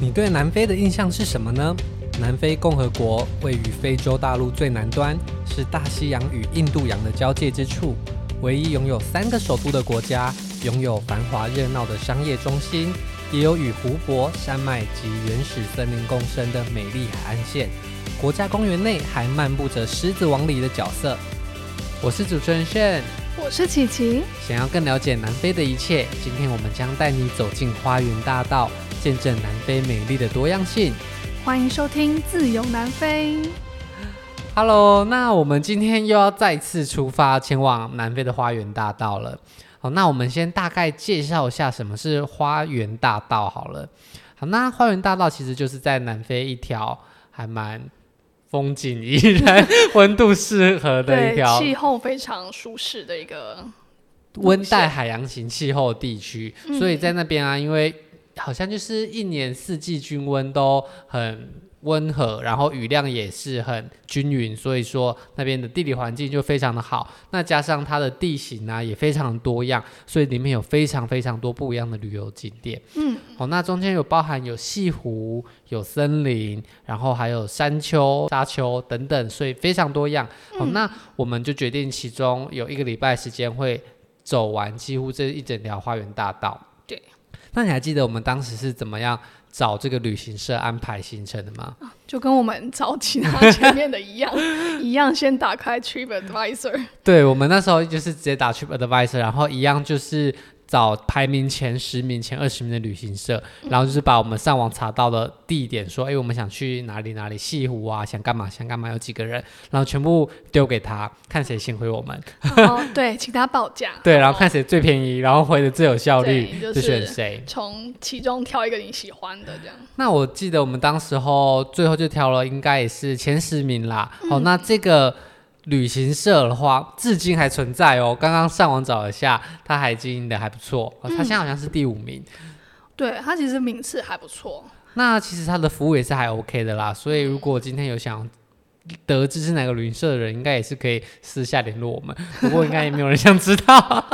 你对南非的印象是什么呢？南非共和国位于非洲大陆最南端，是大西洋与印度洋的交界之处，唯一拥有三个首都的国家，拥有繁华热闹的商业中心，也有与湖泊、山脉及原始森林共生的美丽海岸线。国家公园内还漫步着《狮子王》里的角色。我是主持人炫，我是琪琪，想要更了解南非的一切，今天我们将带你走进花园大道，见证南非美丽的多样性。欢迎收听《自由南非》。 Hello，那我们今天又要再次出发，前往南非的花园大道了。好，那我们先大概介绍一下什么是花园大道好了。好，那花园大道其实就是在南非一条还蛮风景宜人、 温度适合的一条气候非常舒适的一个，温带海洋型气候地区，所以在那边啊，因为好像就是一年四季均温都很温和，然后雨量也是很均匀，所以说那边的地理环境就非常的好。那加上它的地形啊也非常多样，所以里面有非常非常多不一样的旅游景点。嗯，哦，那中间有包含有西湖、有森林，然后还有山丘、沙丘等等，所以非常多样。哦，那我们就决定其中有一个礼拜时间会走完几乎这一整条花园大道。对。那你还记得我们当时是怎么样找这个旅行社安排行程的吗？就跟我们找其他前面的一 样，一样先打开 TripAdvisor，对，我们那时候就是直接打 TripAdvisor，然后一样就是找排名前十名、前二十名的旅行社，嗯然后就是把我们上网查到的地点，说，哎，我们想去哪里哪里，西湖啊，想干嘛想干嘛，有几个人，然后全部丢给他，看谁先回我们，然后哦 对，请他报价，对，然后看谁最便宜，然后回的最有效率，哦对就选是谁。从其中挑一个你喜欢的这样。那我记得我们当时候最后就挑了，应该也是前十名啦。哦，那这个旅行社的话，至今还存在哦。刚刚上网找了一下，它还经营的还不错、哦，它现在好像是第五名。对他其实名次还不错，那其实它的服务也是还 OK 的啦。所以如果今天有想得知是哪个旅行社的人，应该也是可以私下联络我们。不过应该也没有人想知道。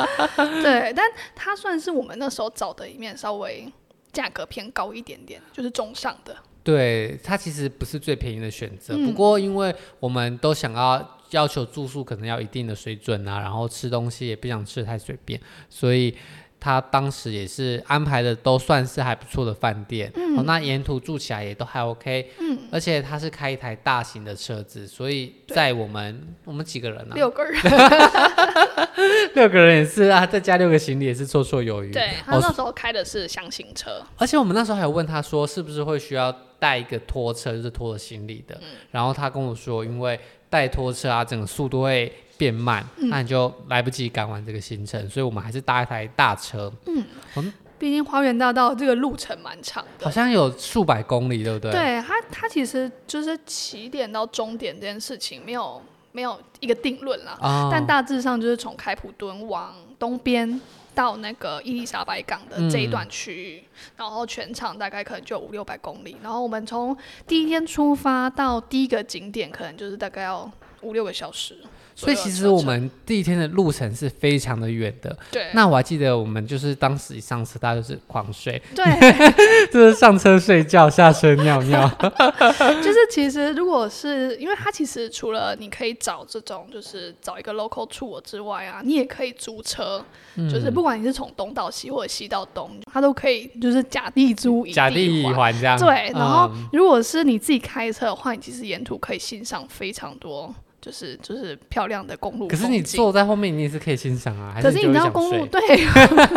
对，但他算是我们那时候找的里面稍微价格偏高一点点，就是中上的。对，它其实不是最便宜的选择。不嗯过，因为我们都想要要求住宿可能要一定的水准啊，然后吃东西也不想吃得太随便，所以他当时也是安排的都算是还不错的饭店。嗯哦，那沿途住起来也都还 OK。嗯，而且他是开一台大型的车子，所以对在我们我们几个人啊，六个 人，六个人也是啊，再加六个行李也是绰绰有余。对他哦，那时候开的是箱型车，而且我们那时候还有问他说，是不是会需要带一个拖车，就是拖着行李嗯的。然后他跟我说，因为带拖车啊，整个速度会变慢，嗯那你就来不及赶完这个行程，所以我们还是搭一台大车，毕竟花园大道这个路程蛮长的好。像有数百公里，对不对？。对他，他其实就是起点到终点这件事情没有没有一个定论啦，啊、但大致上就是从开普敦往东边到那个伊丽莎白港的这一嗯段区域，然后全长大概可能就五六百公里，然后我们从第一天出发到第一个景点，可能就是大概要五六个小时所左右的车程。以其实我们第一天的路程是非常的远的。对那我还记得我们就是当时一上车，大家就是狂睡， 对。就是上车睡觉，下车尿 尿。就是其实如果是因为它其实除了你可以找这种就是找一个 local tour 之外啊，你也可以租车，嗯就是不管你是从东到西或者西到东，它都可以就是甲地租乙甲地乙还。环这样。对，然后嗯如果是你自己开车的话，你其实沿途可以欣赏非常多，就是就是漂亮的公路可是你风景坐在后面，你也是可以欣赏啊。还可是是你就会知道想公路睡对，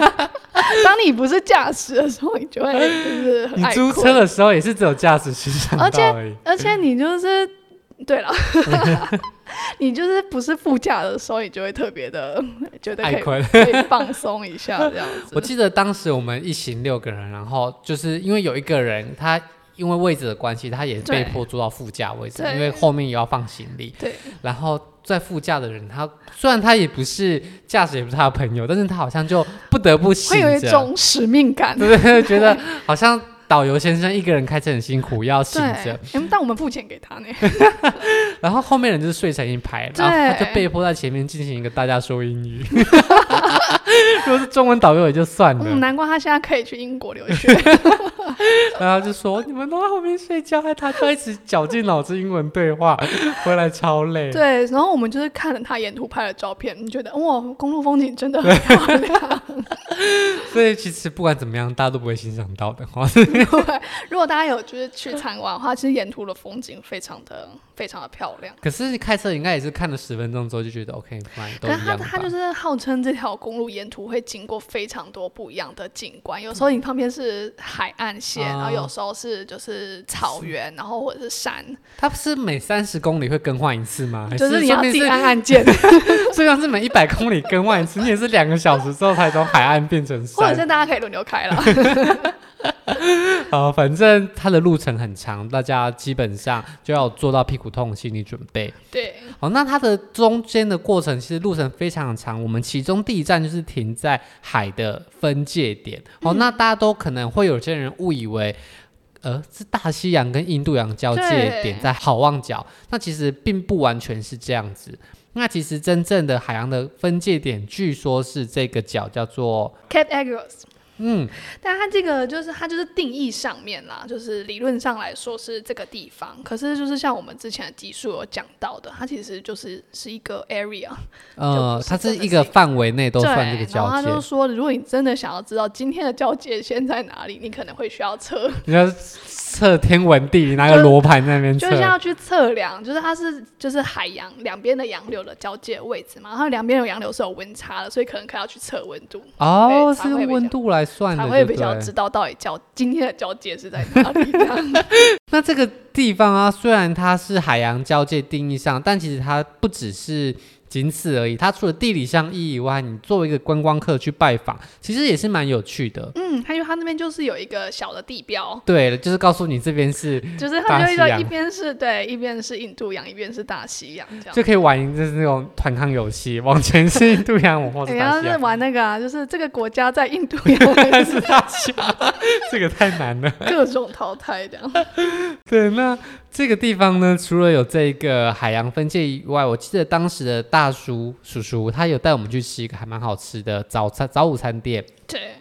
当你不是驾驶的时候，你就会就是很你爱租困车的时候也是只有驾驶欣赏而且到而已。而且你就是， 对了， 你就是不是副驾的时候，你就会特别 的觉得可爱坤，以 可以放松一下这样 我子。记得当时我们一行六个人，然后就是因为有一个人他因为位置的关系，他也被对迫坐到副驾位置，对因为后面也要放行李。对，然后在副驾的人，他虽然他也不是驾驶，也不是他的朋友，但是他好像就不得不会醒有一着，种使命感。对 对对，觉得好像导游先生一个人开车很辛苦，要醒对，着。诶但我们付钱 给他呢。啊然后后面人就是睡成一排，然后他对就被迫在前面进行一个大家说英语， 如果是中文导游也就算了，嗯，难怪他现在可以去英国留学。 然后就说你们都在后面睡觉，害他就要一直绞尽脑汁英文对话，回来超累。对，然后我们就是看了他沿途拍的照片，你觉得哇，公路风景真的很漂亮。 所以其实不管怎么样，大家都不会欣赏到的话， 对，如果大家有就是去参观的话，其实沿途的风景非常的非常的漂亮。可是开车应该也是看了十分钟之后就觉得 OK fine 都可一是他样他吧就。是号称这条公路沿途会经过非常多不一样的景观，有时候你旁边是海岸线，然后啊有时候是就是草原，然后或者是山，他不是每三十公里会更换一次吗？还就是是你要说自你己是按按键，虽然是每一百公里更换一次，你也是两个小时之后才从海岸变成或者山。是大家可以轮流 开了。好，反正它的路程很长，大家基本上就要做到屁股痛的心理准备。对，哦，那它的中间的过程其实路程非常长，我们其中第一站就是停在海的分界点。哦，那大家都可能会有些人误以为。呃，是大西洋跟印度洋交界对点在好望角，那其实并不完全是这样子。那其实真正的海洋的分界点，据说是这个角叫做 Cape Agros，嗯，但它这个就是它就是定义上面啦，就是理论上来说是这个地方，可是就是像我们之前的集数有讲到的，它其实就是是一个 area，呃就不，是它真是的一是个一个范围内都对，算这个然交后他就界，说，如果你真的想要知道今天的交界线在哪里，你可能会需要测，你要测天文地理，拿个就罗盘在那边就是测。要去测量，就是它是就是海洋两边的洋流的交界位置嘛，然后两边有洋流是有温差的，所以可能可能要去测温度，哦，对才是会用比温较度来算的，才对会不比较对知道到底交今天的交界是在哪里。这样那这个地方啊，虽然它是海洋交界定义上，但其实它不只是仅此而已。它除了地理上意义以外，你作为一个观光客去拜访，其实也是蛮有趣的。嗯，还有它那边就是有一个小的地标， 对，就是告诉你这边是就是大它就西一个洋一边是对，一边是印度洋，一边是大西洋这样。就可以玩就是那种团康游戏，往前是印度洋，往后哦是你大要西是洋，玩那个啊，就是这个国家在印度 洋还是是大西洋， 这个太难了。各种淘汰的。 对，那这个地方呢，除了有这个海洋分界以外，我记得当时的大叔叔叔他有带我们去吃一个还蛮好吃的早餐早午餐店。对，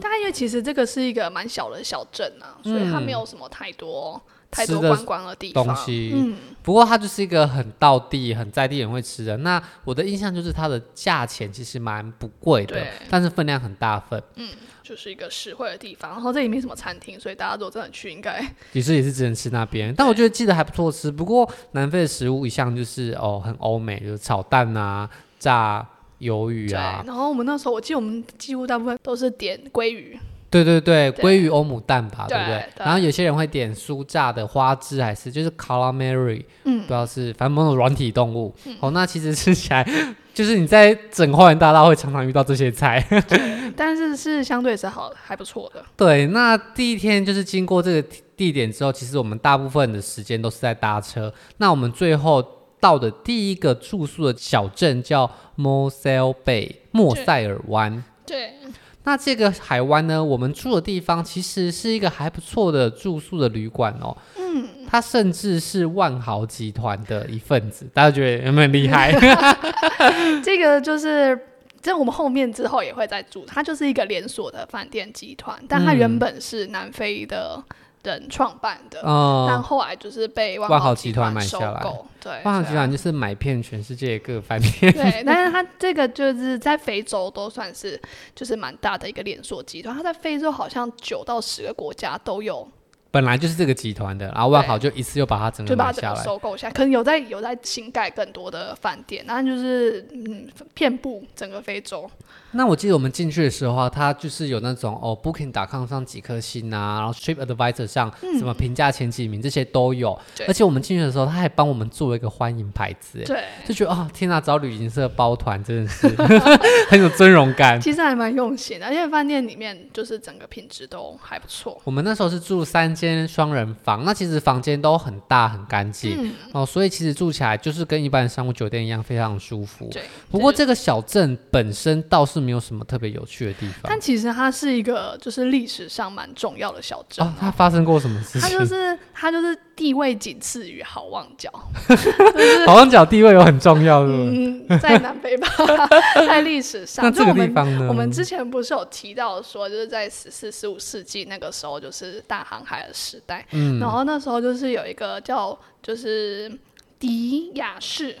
但因为其实这个是一个蛮小的小镇啊，所以它没有什么太多太嗯多吃的观光的地方。东西嗯，不过它就是一个很道地、很在地人会吃的。那我的印象就是它的价钱其实蛮不贵的对，但是分量很大份，就是一个实惠的地方。然后这里没什么餐厅，所以大家如果真的去，应该也是也是只能吃那边。但我觉得记得还不错吃。不过南非的食物一向就是哦很欧美，就是炒蛋啊、炸鱿鱼对。啊，然后我们那时候，我记得我们几乎大部分都是点鲑鱼，对对对，对鲑鱼欧姆蛋吧，对不对对？对然后有些人会点酥炸的花枝，还是就是 calamari，嗯不知道是反正某种软体动物。哦，那其实吃起来 就是你在整花园大道会常常遇到这些菜。 但是是相对是好还不错的。对，那第一天就是经过这个地地点之后，其实我们大部分的时间都是在搭车。那我们最后到的第一个住宿的小镇叫 Mosel Bay，莫塞尔湾。 对，那这个海湾呢，我们住的地方其实是一个还不错的住宿的旅馆哦。嗯，它甚至是万豪集团的一份子，大家觉得有没有很厉 害？这个就是。在我们后面之后也会再住，它就是一个连锁的饭店集团，但它嗯原本是南非的人创办的，但嗯，后来就是被万万豪集集团团买收下来购。对，万豪集所以啊团就是买遍全世界各饭店。 对， 但是它这个就是在非洲都算是就是蛮大的一个连锁集团，它在非洲好像九到十个国家都有，本来就是这个集团的，然后万豪就一次又把它整就个把嗯它买整下个来。收购下来，可能有在有在新盖更多的饭店，然后就是嗯遍布整个非洲。那我记得我们进去的时候啊，它就是有那种哦，Booking.com 上几颗星啊，然后 Trip Advisor 上什么评价前几名、这些都有。嗯对而且我们进去的时候，他还帮我们做了一个欢迎牌子，哎对，就觉得哦，天哪，找旅行社包团真的是 很有尊荣感。其实还蛮用心的，而且饭店里面就是整个品质都还不错。我们那时候是住三间双人房，那其实房间都很大很干净、嗯，哦，所以其实住起来就是跟一般的商务酒店一样非常舒服。对。不过对这个小镇本身倒是市没有什么特别有趣的地方但其实它是一个就是历史上蛮重要的小镇啊。它发生过什么事它情？就是它就是地位仅次于好望 角，好像角地位有很重 要的、嗯，在南北吧， 在历史那上，这就个我地们方嗯呢？我们之前不是有提到说，就是在十四、十五世纪那个时候，就是大航海的时代，嗯，然后那时候就是有一个叫就是迪亚士，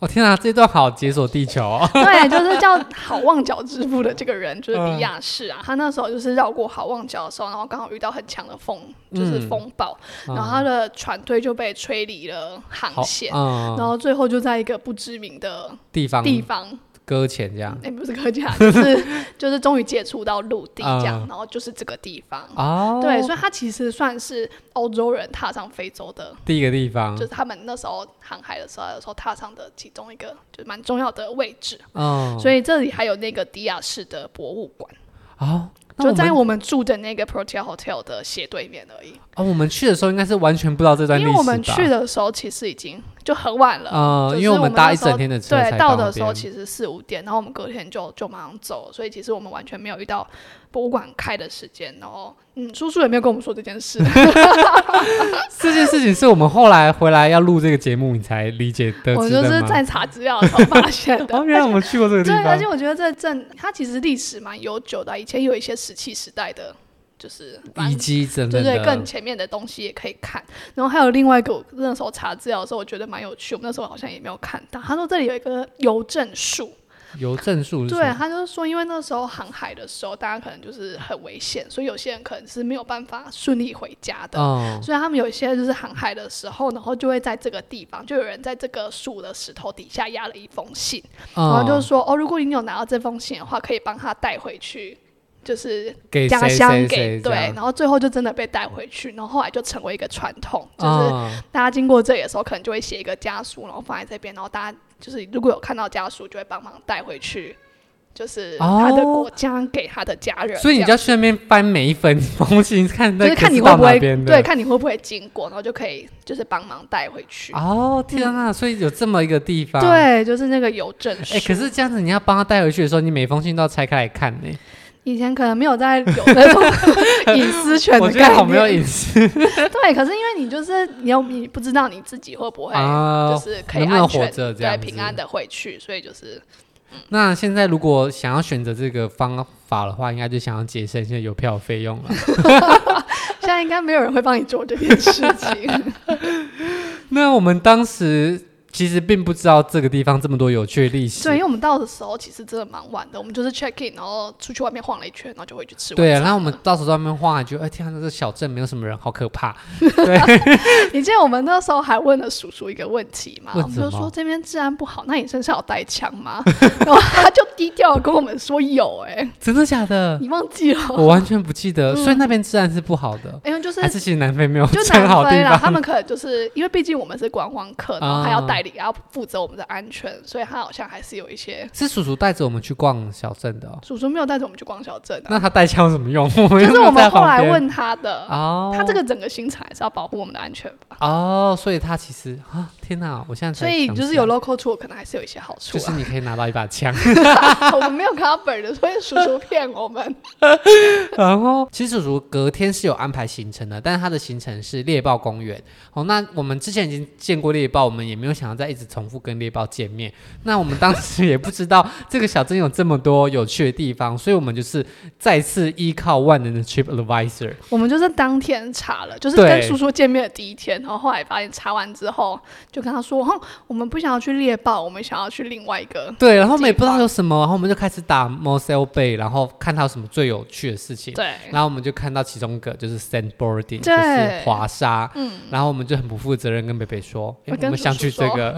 哦天啊，这段好解锁地球哦。对，就是叫好望角之父的这个人，嗯就是迪亚士啊。他那时候就是绕过好望角的时候，然后刚好遇到很强的风，就是嗯风暴，然后他的船队就被吹离了航好线，嗯然后最后就在一个不知名的地方地方，搁浅这样哎、不是客家，就是 就是终于接触到陆地这样，嗯然后就是这个地方。哦，对，所以它其实算是欧洲人踏上非洲的，第一个地方就是他们那时候航海的时候，有时候踏上的其中一个就是蛮重要的位置。哦，所以以这里还有那个迪亚士的博物馆，哦，那就在我们我们住的那个 Protea Hotel 的斜对面而已。哦，我们去的时候应该是完全不知道这段历因史为吧？我们去的时候其实已经就很晚了，啊就是因为我我们们搭那一时候整天的车才对，到的那时候边其实四五点，然后我们隔天就就马上走了，所以其实我们完全没有遇到博物馆开的时间。然后，嗯，叔叔也没有跟我们说这 件事， 这件事情是我们后来回来要录这个节目，你才理解得我知就的是吗？在查资料的时候发现的。哦，原来我们去过这个地对，而且方。我觉得这镇它其实历史蛮悠久的，以前有一些石器时代的，就是蛮遗迹真对的对，更前面的东西也可以看。然后还有另外一个，我那时候查资料的时候，我觉得蛮有趣。我们那时候好像也没有看到，他说这里有一个邮政树，邮政树是什对，么他就是说，因为那时候航海的时候，大家可能就是很危险，所以有些人可能是没有办法顺利回家的。哦，所以他们有一些就是航海的时候，然后就会在这个地方，就有人在这个树的石头底下压了一封信， 然后哦就是说，哦，如果你有拿到这封信的话，可以帮他带回去，就是给家谁乡谁给谁对这，样然后最后就真的被带回去，然后后来就成为一个传统，就是哦大家经过这里的时候，可能就会写一个家书，然后放在这边，然后大家就是如果有看到家书，就会帮忙带回去，就是他的哦国家给他的家人这样。所以你就要去那边翻每一封封信，看就那是看个你会到不哪会边对，的。看你会不会经过，然后就可以就是帮忙带回去。哦，天啊！所以有这么一个地方。。对，就是那个邮政书。哎，可是这样子，你要帮他带回去的时候，你每封信都要拆开来看呢。以前可能没有在有那种 隐私权我的觉概得念，好没有隐私 对，可是因为你就是你又你不知道你自己会不会啊就！是可以能不能安活全着这对样平子安的回去，所以就是那现在如果想要选择这个方法的话，应该就想要节省一些邮票费用了。 现在应该没有人会帮你做这件事 情。那我们当时其实并不知道这个地方这么多有趣的历史对，因。为我们到的时候其实真的蛮晚的，我们就是 check in，然后出去外面晃了一圈，然后就回去吃晚对，餐然后我们了到时候在那边晃，还觉得哎天啊，这个小镇没有什么人，好可怕。你记得我们那时候还问了叔叔一个问题嘛？问我们就什么说这边治安不好，那你身上有带枪吗？ 然后他就低调的跟我们说有、哎， 真的假的？你忘记了？我完全不记得，所以那边治安是不好的，因为嗯就是还是其实南非没有就治安好的南非地啦，他方？们可能就是因为毕竟我们是观光客，然后还要啊代理，要负责我们的安全，所以他好像还是有一些 是叔叔带着我们去逛小镇的哦、叔叔没有带着我们去逛小镇啊。那他带枪有什么用？我们又没就是有我在们后旁来边问他的，哦，他这个整个行程还是要保护我们的安全吧。哦，所以他其实啊，天哪！我现在才所以想就是起有来 local tour 可能还是有一些好处就是啊。你可以拿到一把枪。 我们没有看到本人，所以叔叔骗我们。然后，其实叔叔隔天是有安排行程的，但是他的行程是猎豹公园。哦，那我们之前已经见过猎豹，我们也没有想要再一直重复跟猎豹见面。那我们当时也不知道这个小镇有这么多有趣的地方，所以我们就是再次依靠万能的 Trip Advisor。 我们就是当天查了，就是对跟叔叔见面的第一天，然后后来发现查完之后，就跟他说，哼，我们不想要去猎豹，我们想要去另外一个。对，然后我们也计不知道划有什么，然后我们就开始打 Mosel Bay，然后看到什么最有趣的事情。对， 然后我们就看到其中一个就是 sandboarding，就对是滑沙。嗯然后我们就很不负责任跟北北说，诶我跟们叔想叔去这说 个，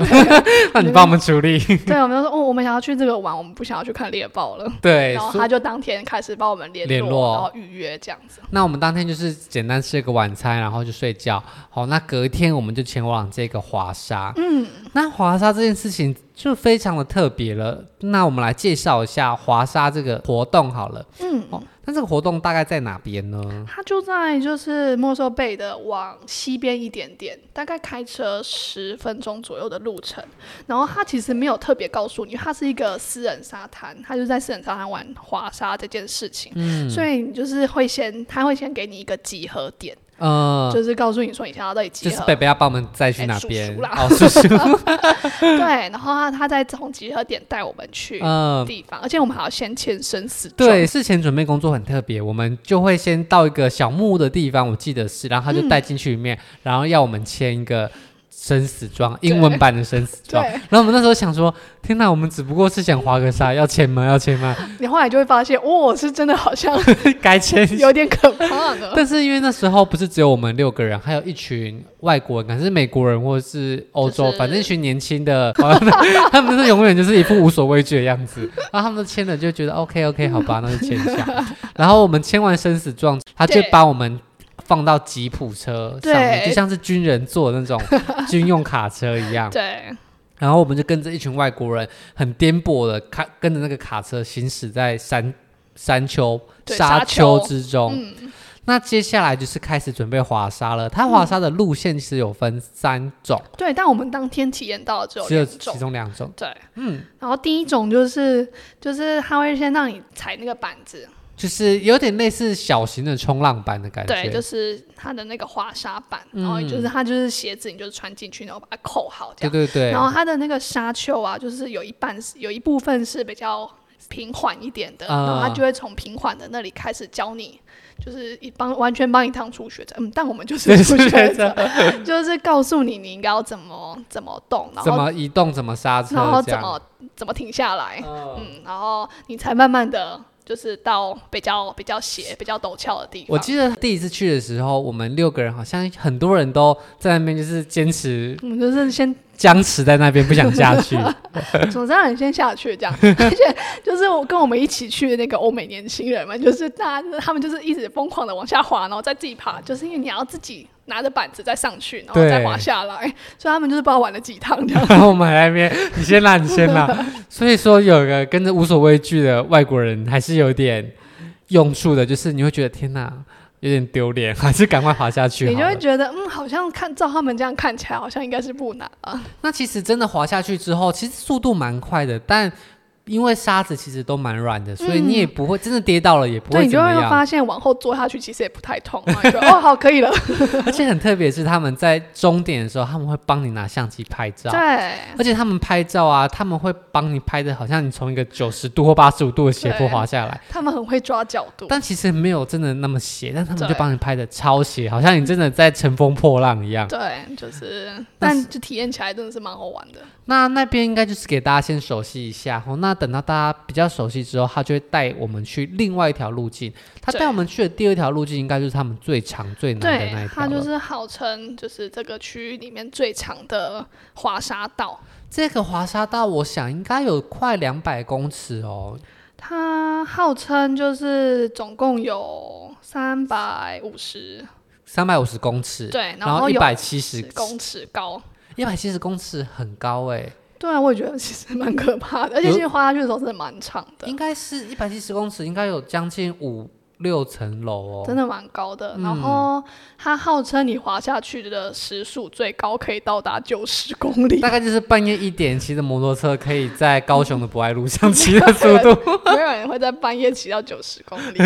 那你帮我们处理。对，我们就说，哦，我们想要去这个玩，我们不想要去看猎豹了。对然，后所他就当天开始帮我们联联络然后预约这样子。那我们当天就是简单吃个晚餐，然后就睡觉。好，那隔天我们就前往这个华沙。嗯，那华沙这件事情就非常的特别了。那我们来介绍一下华沙这个活动好了。嗯，哦，那这个活动大概在哪边呢？它就在就是莫收贝的往西边一点点，大概开车十分钟左右的路程。然后它其实没有特别告诉你，它是一个私人沙滩，它就在私人沙滩玩滑沙这件事情。嗯，所以你就是会先，他会先给你一个集合点，呃，就是告诉你说你想要到底集就合。是贝贝要帮我们再去哎哪叔边？叔啦哦，叔 叔， 对，然后他他再从集合点带我们去嗯，地方，而且我们还要先签生死状。对，事前准备工作很特别，我们就会先到一个小木屋的地方，我记得是，然后他就带进去里面，然后要我们签一个生死状，英文版的生死状。对，然后我们那时候想说，天哪，我们只不过是想划个沙，要签吗？要签吗？你后来就会发现，哦，是真的 好像该签。有点可怕呢。但是因为那时候不是只有我们六个人，还有一群外国人，可能是美国人或者是欧洲，就是反正一群年轻的，他们是永远就是一副无所畏惧的样 子。然后他们签了就觉得 OK OK 好吧，那就签一 下。然后我们签完生死状，他就对把我们。放到吉普车上面，对就像是军人坐的那 种军用卡车一样。对，然后我们就跟着一群外国人，很颠簸的开，跟着那个卡车行驶在山山丘、对沙沙丘嗯之中。那接下来就是开始准备滑沙了。它滑沙的路线其实有分三种，对，但我们当天体验到的只有只有两其种。中两种，对，嗯，然后第一种就是就是他会先让你踩那个板子，就是有点类似小型的冲浪板的感觉。对，就是它的那个滑沙板，然后就是它就是鞋子，你就是穿进去，然后把它扣好这对样。对对然后它的那个沙丘啊，就是有一半是有一部分是比较平缓一点的，然后它嗯就会从平缓的那里开始教你，就是一帮完全帮你当初学者，嗯，但我们就是对初初学学者，就是告诉你你应该要怎么怎么动，然怎后么移动，怎么刹车， 然后这怎样。么怎么停下来，嗯，然后你才慢慢的就是到比较比较斜、比较陡峭的地我方。记得第一次去的时候，我们六个人好像很多人都在那边，就是坚持我们就是先 僵持在那边，不想下去。总之让你先下去这样，而且就是我跟我们一起去的那个欧美年轻人们，就是大家他们就是一直疯狂的往下滑，然后再自己爬，就是因为你要自己拿着板子再上去，然后再对滑下来，所以他们就是不知道玩了几趟这 样。然后我们还在那边，你先啦，你先 啦。所以说，有个跟着无所畏惧的外国人还是有点用处的，就是你会觉得天哪，有点丢脸，还是赶快滑下去你好就会了。觉得，嗯，好像看照他们这样看起来，好像应该是不难啊。那其实真的滑下去之后，其实速度蛮快的，但因为沙子其实都蛮软的，所以你也不会、真的跌到了，也不对，会你怎就么会样。发现往后坐下去其实也不太痛，然后你就哦，好，可以了。而且很特别是，他们在终点的时候，他们会帮你拿相机拍照。对，而且他们拍照啊，他们会帮你拍的，好像你从一个九十度或八十五度的斜坡对滑下来。他们很会抓角度。但其实没有真的那么斜，但他们就对帮你拍的超斜，好像你真的在乘风破浪一样。对，就是，但但就体验起来真的是蛮好玩的。那那边应该就是给大家先熟悉一下哦。那等到大家比较熟悉之后，他就会带我们去另外一条路径。他对带我们去的第二条路径，应该就是他们最长最难的那对一，它条就了。是号称就是这个区域里面最长的滑沙道。这个滑沙道，我想应该有快两百公尺哦。它号称就是总共有三百五十，三百五十公尺，对，然后后一有百七十十公尺高。一百七十公尺很高哎、对啊，我也觉得其实蛮可怕的，而且有其实滑下去的时候真的蛮长的应，该是一百七十公尺，应该有将近五六层楼哦。真的蛮高的。然后它号称你滑下去的时速最高可以到达九十公里大，概就是半夜一点骑的摩托车，可以在高雄的博爱路上骑的速 度，没有人会在半夜骑到九十公里。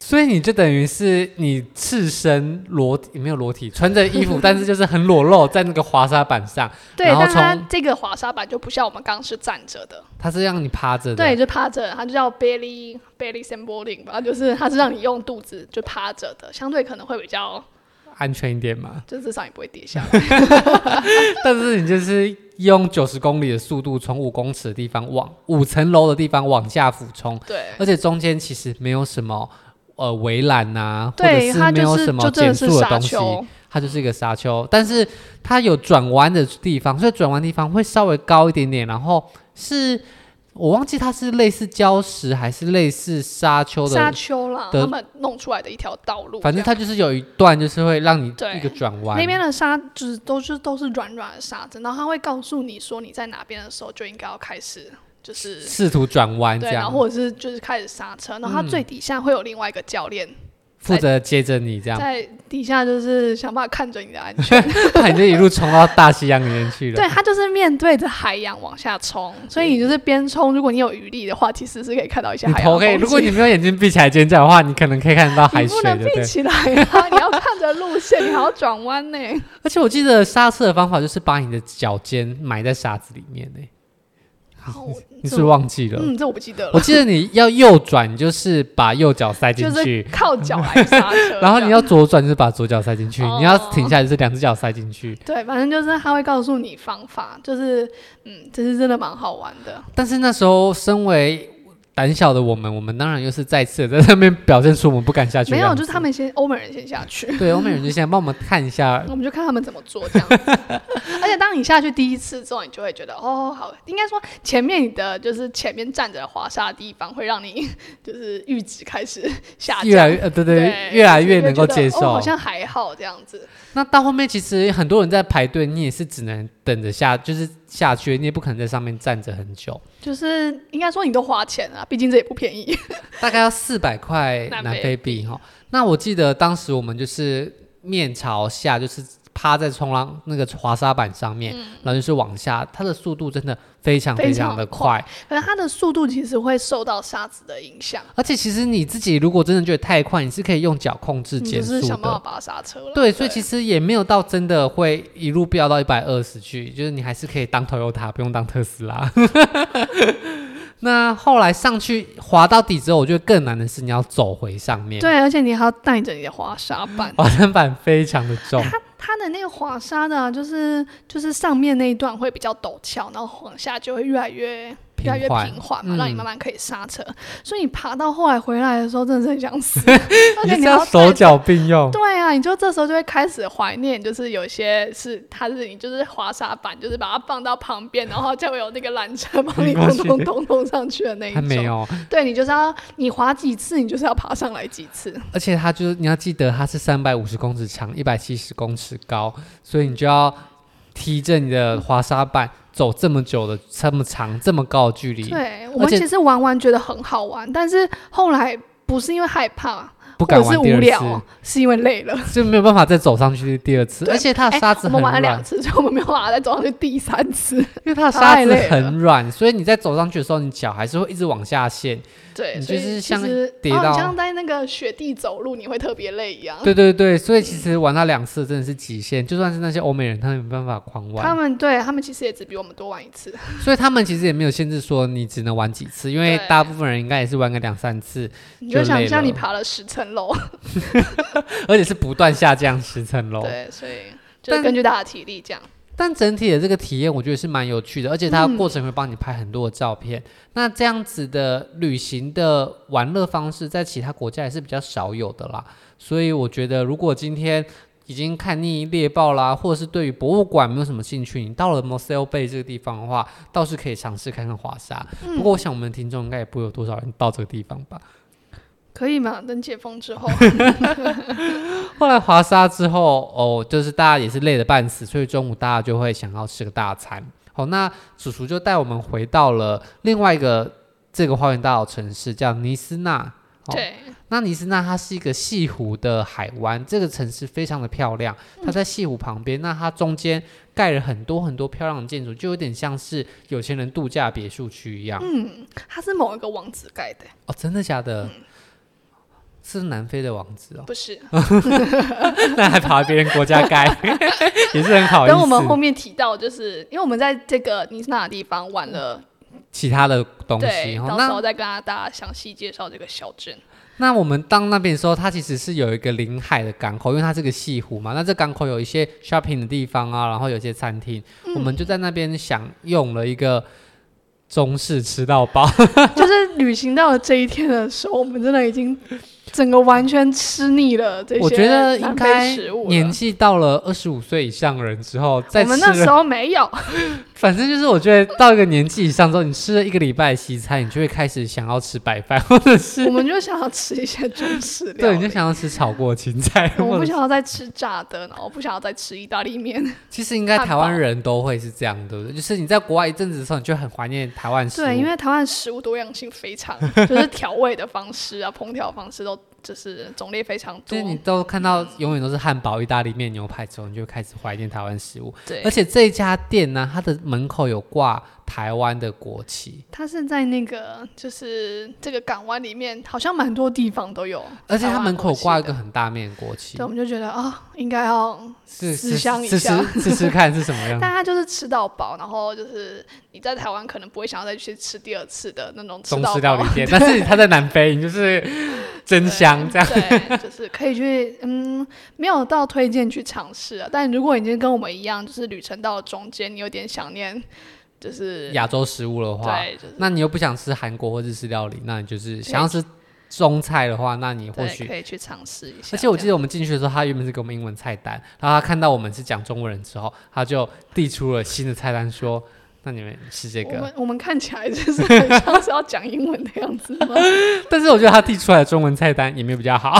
所以你就等于是你赤身裸体，没有裸体，穿着衣服，但是就是很裸露在那个滑沙板上， 对，然后但它从这个滑沙板就不像我们刚刚是站着的，它是让你趴着的。对，，就趴着，它就叫 belly belly samboarding 吧，就是它是让你用肚子就趴着的，相对可能会比较，安全一点嘛。 就至少你不会跌下来。但是你就是用九十公里的速度，从五公尺的地方往五层楼的地方往下俯冲，对，而且中间其实没有什么。呃，围栏呐，或者对，是它没就有什是就么真减的是速的沙东西，丘，它就是一个沙丘，但是它有转弯的地方，所以转弯地方会稍微高一点点，然后是我忘记它是类似礁石还是类似沙丘沙的，丘啦，的他们弄出来的一条道路这样，反正它就是有一段就是会让你对一个转弯那。边的沙就是都是都是软软的沙子，然后他会告诉你说你在哪边的时候就应该要开始就是试图转弯这嗯对，然样后，或者是就是开始刹车，然后嗯它最底下会有另外一个教练、负责接着你这样，在底下就是想办法看着你的安全， 怕你就一路冲到大西洋里面去了。对，他就是面对着海洋往下冲，所以你就是边冲，如果你有余力的话，其实是可以看到一些你海洋头可以，的如风果 景。你没有眼睛闭起来尖叫的话，你可能可以看得到海你水不能的。闭对，起来啊！你要看着路线，你还要转弯 呢。而且我记得刹车的方法就是把你的脚尖埋在沙子里面呢、好，我你是不是忘记了？嗯，这我不记得我了，记得你要右转，你就是把右脚塞进就是去，。靠脚来刹车 然后这你样要左转就是把左脚塞进去，哦你要停下来就是两只脚塞进去。对，反正就是他会告诉你方法，就是嗯，这是真的蛮好玩的。但是那时候，身为胆小的我们，我们当然又是再次地在上面表现出我们不敢下去的没有，样就子。是他们先欧美人先下去，对欧美人就先帮我们看一下，我们就看他们怎么做这样子。而且当你下去第一次之后，你就会觉得哦，好，应该说前面你的就是前面站着的滑沙的地方，会让你 就是阈值开始下降，越来越呃对对，越来越能够接就是觉得哦，受好。像还好这样子。那到后面其实很多人在排队，你也是只能等着下，就是下去，你也不可能在上面站着很久。就是应该说你都花钱了，毕竟这也不便宜。 大概要四百块南南非非币哈。那我记得当时我们就是面朝下，就是趴在冲浪那个滑沙板上嗯面，然后就是往下，它的速度真的非常非常常的快可是它的速度其实会受到沙子的影响，而且其实你自己如果真的觉得太快，你是可以用脚控制你减就是速想办法的。把它刹车了。对，所以其实也没有到真的会一路飙到一百二十去，就是你还是可以当 Toyota，不用当特斯拉。 那后来上去滑到底之后，我觉得更难的是你要走回上面。对，而且你还要带着你的滑沙板。滑山板非常的重，它的那个滑沙的、啊，就是就是上面那一段会比较陡峭，然后往下就会越来越平越来越缓平缓嘛，嗯让你慢慢可以刹车。所以你爬到后来回来的时候，真的是很想 死， 而你就且是你要要手带着。脚并用。对啊，你就这时候就会开始怀念，就是有些是它是你就是滑沙板，就是把它放到旁边，然后就会有那个缆车帮你过咚去咚咚咚上去的那一还种。没有，对你就是要你滑几次，你就是要爬上来几次。而且它就是你要记得它是三百五十公尺长，一百七十公尺高，所以你就要提着你的滑沙板走这么久的、这么长、这么高的距离，对我而们且其实玩玩觉得很好玩，但是后来不是因为害怕，不或敢者是玩无第二聊，是因为累 了。次，就没有办法再走上去第二次。对而且它的哎沙子很我们玩了软，两次，所以我们没有办法再走上去第三 次。因为它的沙太子累了很软，所以你在走上去的时候，你脚还是会一直往下陷。对，你所就是以其像实跌哦，到你像在那个雪地走路，你会特别累一样。对对对，所以其实玩它两次真的是极限，就算是那些欧美人，他们也没办法狂玩。他们对他们其实也只比我们多玩一次，所以他们其实也没有限制说你只能玩几次，因为对大部分人应该也是玩个两三次，你就就想累象你了爬了十层楼，而且是不断下降十层楼。对，所以哦就但是根据大家的体力这样。但整体的这个体验，我觉得是蛮有趣的，而且它嗯过程会帮你拍很多的照片。那这样子的旅行的玩乐方式，在其他国家也是比较少有的啦。所以我觉得，如果今天已经看腻猎豹啦，或者是对于博物馆没有什么兴趣，你到了 Mosel Bay 这个地方的话，倒是可以尝试看看华沙。嗯不过，我想我们的听众应该也不会有多少人到这个地方吧。可以吗？等解封 之后，后来滑沙之后，哦，就是大家也是累得半死，所以中午大家就会想要吃个大餐。好，那叔叔就带我们回到了另外一个这个花园大岛城市，叫尼斯纳。哦对，那尼斯纳它是一个西湖的海湾，这个城市非常的漂亮，它在西湖旁边，那它中间盖了很多很多漂亮的建筑，就有点像是有钱人度假别墅区一样。它是某一个王子盖的，哦，真的假的？是南非的王子哦，不是。 那还跑来别人国家盖， 也是很好意思。等我们后面提到，就是因为我们在这个尼斯纳的地方玩了，其他的东对西。，哦到时候那再跟大家详细介绍这个小镇。 那我们当那边的时候，它其实是有一个临海的港口，因为它是个西湖嘛。那这港口有一些 shopping 的地方啊，然后有一些餐厅，嗯我们就在那边享用了一个中式吃到饱。就是旅行到了这一天的时候，我们真的已经整个完全吃腻了这些我觉得应南非该食物了年纪到了二十五岁以上的人之后，再我吃们那时了候没有，反正就是我觉得到一个年纪以上之后，你吃了一个礼拜的西餐，你就会开始想要吃白饭，或者 是我们就想要吃一些中式料对，理。你就想要吃炒过青菜，我们或不者是想要再吃炸的，然后不想要再吃意大利面。其实应该汉台湾堡人都会是这样，对不对？就是你在国外一阵子的时候，你就很怀念台湾食物。对，因为台湾食物多样性 非常，就是调味的方式啊、烹调方式都就是种类非常就多是。你都看到永远都是汉堡、意大利面、牛排之后，你就开始怀念台湾食物。对而，且这家店呢，它的门口有挂台湾的国旗，它是在那个就是这个港湾里面，好像蛮多地方都有。而且它门口挂一台湾国个很大面的国旗旗的，对，我，们就觉得啊、应该要是思是乡一是下是是是看是什么样 大家就是吃到饱，然后就是你在台湾可能不会想要再去吃第二次的那种吃中到式料饱理。 店，但是它在南非，你就是真香这样。对，就是可以去，嗯，没有到推荐去尝试啊。但如果已经跟我们一样，就是旅程到了中间，你有点想念，就是亚洲食物的话，对，就是那你又不想吃韩国或日式料理，那你就是想要吃中菜的话，那你或对，许可以去尝试一下。而且我记得，得我们进去的时候，他原本是给我们英文菜单，然后他看到我们是讲中文人之后，他就递出了新的菜单，说：“那你们吃这我个。们我们看起来就是很像是要讲英文的样子吗？”但是我觉得他递出来的中文菜单也没有比较好，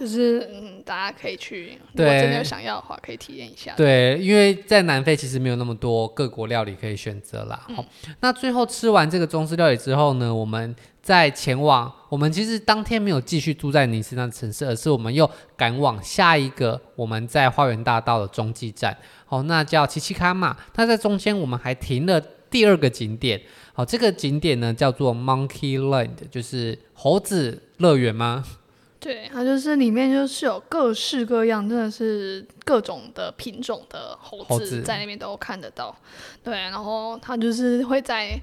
就是嗯，大家可以去，如果对真的有想要的话，可以体验一下。对，因为在南非其实没有那么多各国料理可以选择啦。嗯好，那最后吃完这个中式料理之后呢，我们再前往，我们其实当天没有继续住在尼斯那城市，而是我们又赶往下一个我们在花园大道的中继站。好，那叫奇奇卡玛。那在中间我们还停了第二个景点。好，这个景点呢叫做 Monkey Land，就是猴子乐园吗？ 对，它就是里面就是有各式各样，真的是各种的品种的猴猴子子在那边都看得到。对，然后它就是会在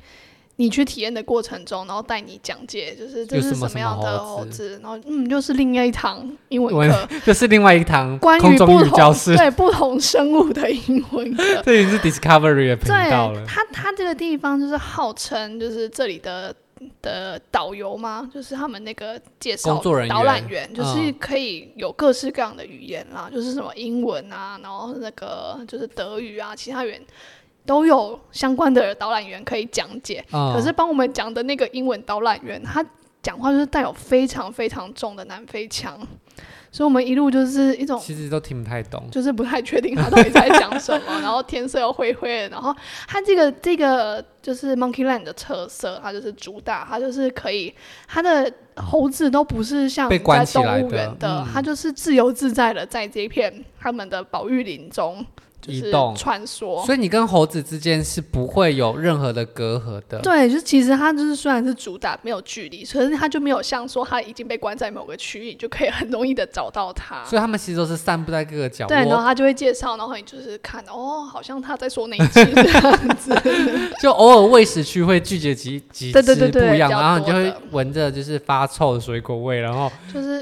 你去体验的过程中，然后带你讲解，就是这有是什么么样什么的猴猴子子，然后嗯，又是另一堂英我文课，就是另外一堂关空于中不语教同室，。对不同生物的英文 课这已经是 Discovery 的频道了对，。它它这个地方就是号称就是这里的的导游吗？就是他们那个介绍工作人员导览员，就是嗯可以有各式各样的语言啦，就是什么英文啊，然后那个就是德语啊，其他语言都有相关的导览员可以讲解。嗯可是帮我们讲的那个英文导览员，他讲话就是带有非常非常重的南非腔，所以我们一路就是一种其实都听不太懂。就是不太确定他到底在讲什么， 然后天色又灰灰的，然后它这个这个就是 Monkey Land 的特色，它就是主打，它就是可以，它的猴子都不是像被关在起来动物园的的嗯，它就是自由自在的在这一片他们的保育林中就移是动穿梭。所以你跟猴子之间是不会有任何的隔阂的。对，就是其实它就是虽然是主打没有距离，可是它就没有像说它已经被关在某个区域，你就可以很容易的找到它。所以他们其实都是散布在各个角啊对，然后落，他就会介绍，然后你就是看哦，好像他在说哪一集这样子。 就偶尔喂食区会聚集几几只对对对对不一样，比较然后你就多会的闻着就是发臭的水果味，然后就是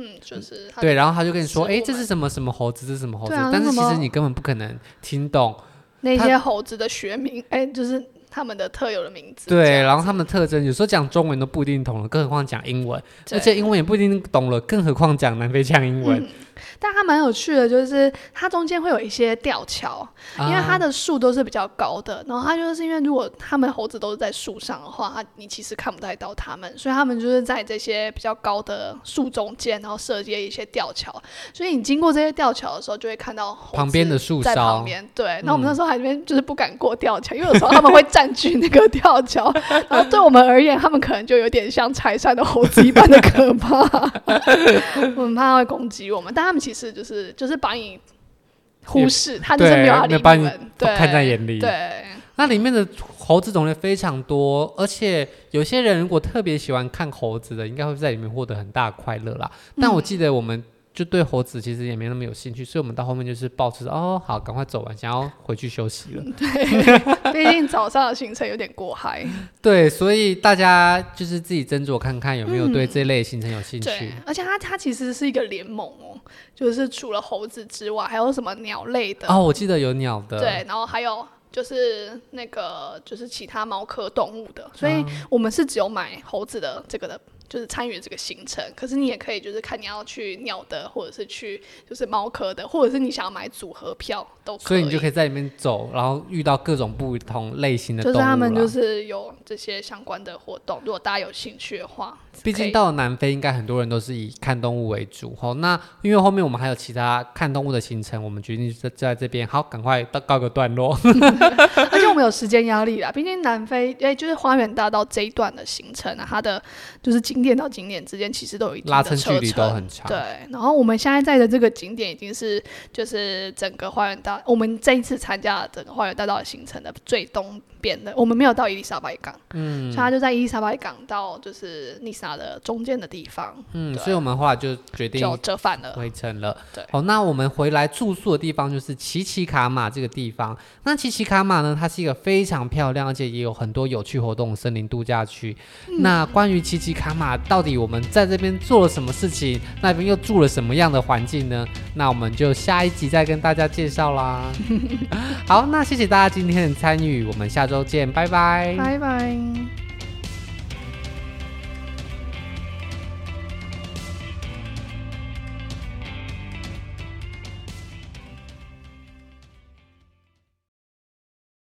嗯，就是他对，然后他就跟你说，食物哎，这嘛是什么什么猴子，这是什么猴子对啊，但那是什其实么你根本不可能听懂，那他些猴子的学名，哎、就是他们的特有的名字。这对，样然后他们的特征有时候讲中文都不一定懂了，更何况讲英文，而对且英文也不一定懂了，更何况讲南非腔英文，但它蛮有趣的，就是它中间会有一些吊桥，嗯因为啊它的树都是比较高的，然后它就是因为如果它们猴子都是在树上的话，它你其实看不太到它们，所以它们就是在这些比较高的树中间，然后设计了一些吊桥，所以你经过这些吊桥的时候，就会看到猴子旁边的树在梢旁边。对，那我们嗯那时候还在那边就是不敢过吊桥，因为有时候他们会占据那个 吊桥，然后对我们而言，他们可能就有点像柴山的猴子一般的可怕， 我们怕它会攻击我们，但他们其实就是就是把你忽视，他就是没有要对理没把你们，不对，看在眼里对，那里面的猴子种类非常多，而且有些人如果特别喜欢看猴子的，应该会在里面获得很大的快乐啦。嗯但我记得我们就对猴子其实也没那么有兴趣，所以我们到后面就是抱持着哦，好，赶快走完，想要回去休息嗯了。毕竟早上的行程有点过嗨，对，所以大家就是自己斟酌看看有没有对这类行程有兴趣。对，而且它它其实是一个联盟哦，就是除了猴子之外，还有什么鸟类的，哦，我记得有鸟的，对，然后还有就是嗯那个就是其他猫科动物的，所以我们是只有买猴子的这个的就是参与这个行程。可是你也可以就是看你要去鸟的，或者是去就是猫科的，或者是你想要买组合票都可以。所以你就可以在里面走，然后遇到各种不同类型的就动物是啦。他们就是有这些相关的活动，如果大家有兴趣 的话，毕可竟以到了南非，应该很多人都是以看动物为主吼。那因为后面我们还有其他看动物的行程，我们决定在在这边好，赶快到告个段 落。而且我们有时间压力啦，毕竟南非哎、就是花园大道这一段的行程啊，它的就是景点到景点之间其实都有一定拉的伸车距程，离都很长，对，然后我们现在在的这个景点已经是就是整个花园大，我们这一次参加整个花园大道行程的最东边的，我们没有到伊丽莎白港，嗯，所以它就在伊丽莎白港到就是丽莎的中间的地方嗯，对所以我们后来就决定就折返了。回程了。对好，那我们回来住宿的地方就是奇奇卡马这个地方。那奇奇卡马呢，它是一个非常漂亮，而且也有很多有趣活动的森林度假区。嗯那关于奇奇卡马，到底我们在这边做了什么事情？那边又住了什么样的环境呢？那我们就下一集再跟大家介绍 啦。好，那谢谢大家今天的参与，我们下周见，拜拜拜拜。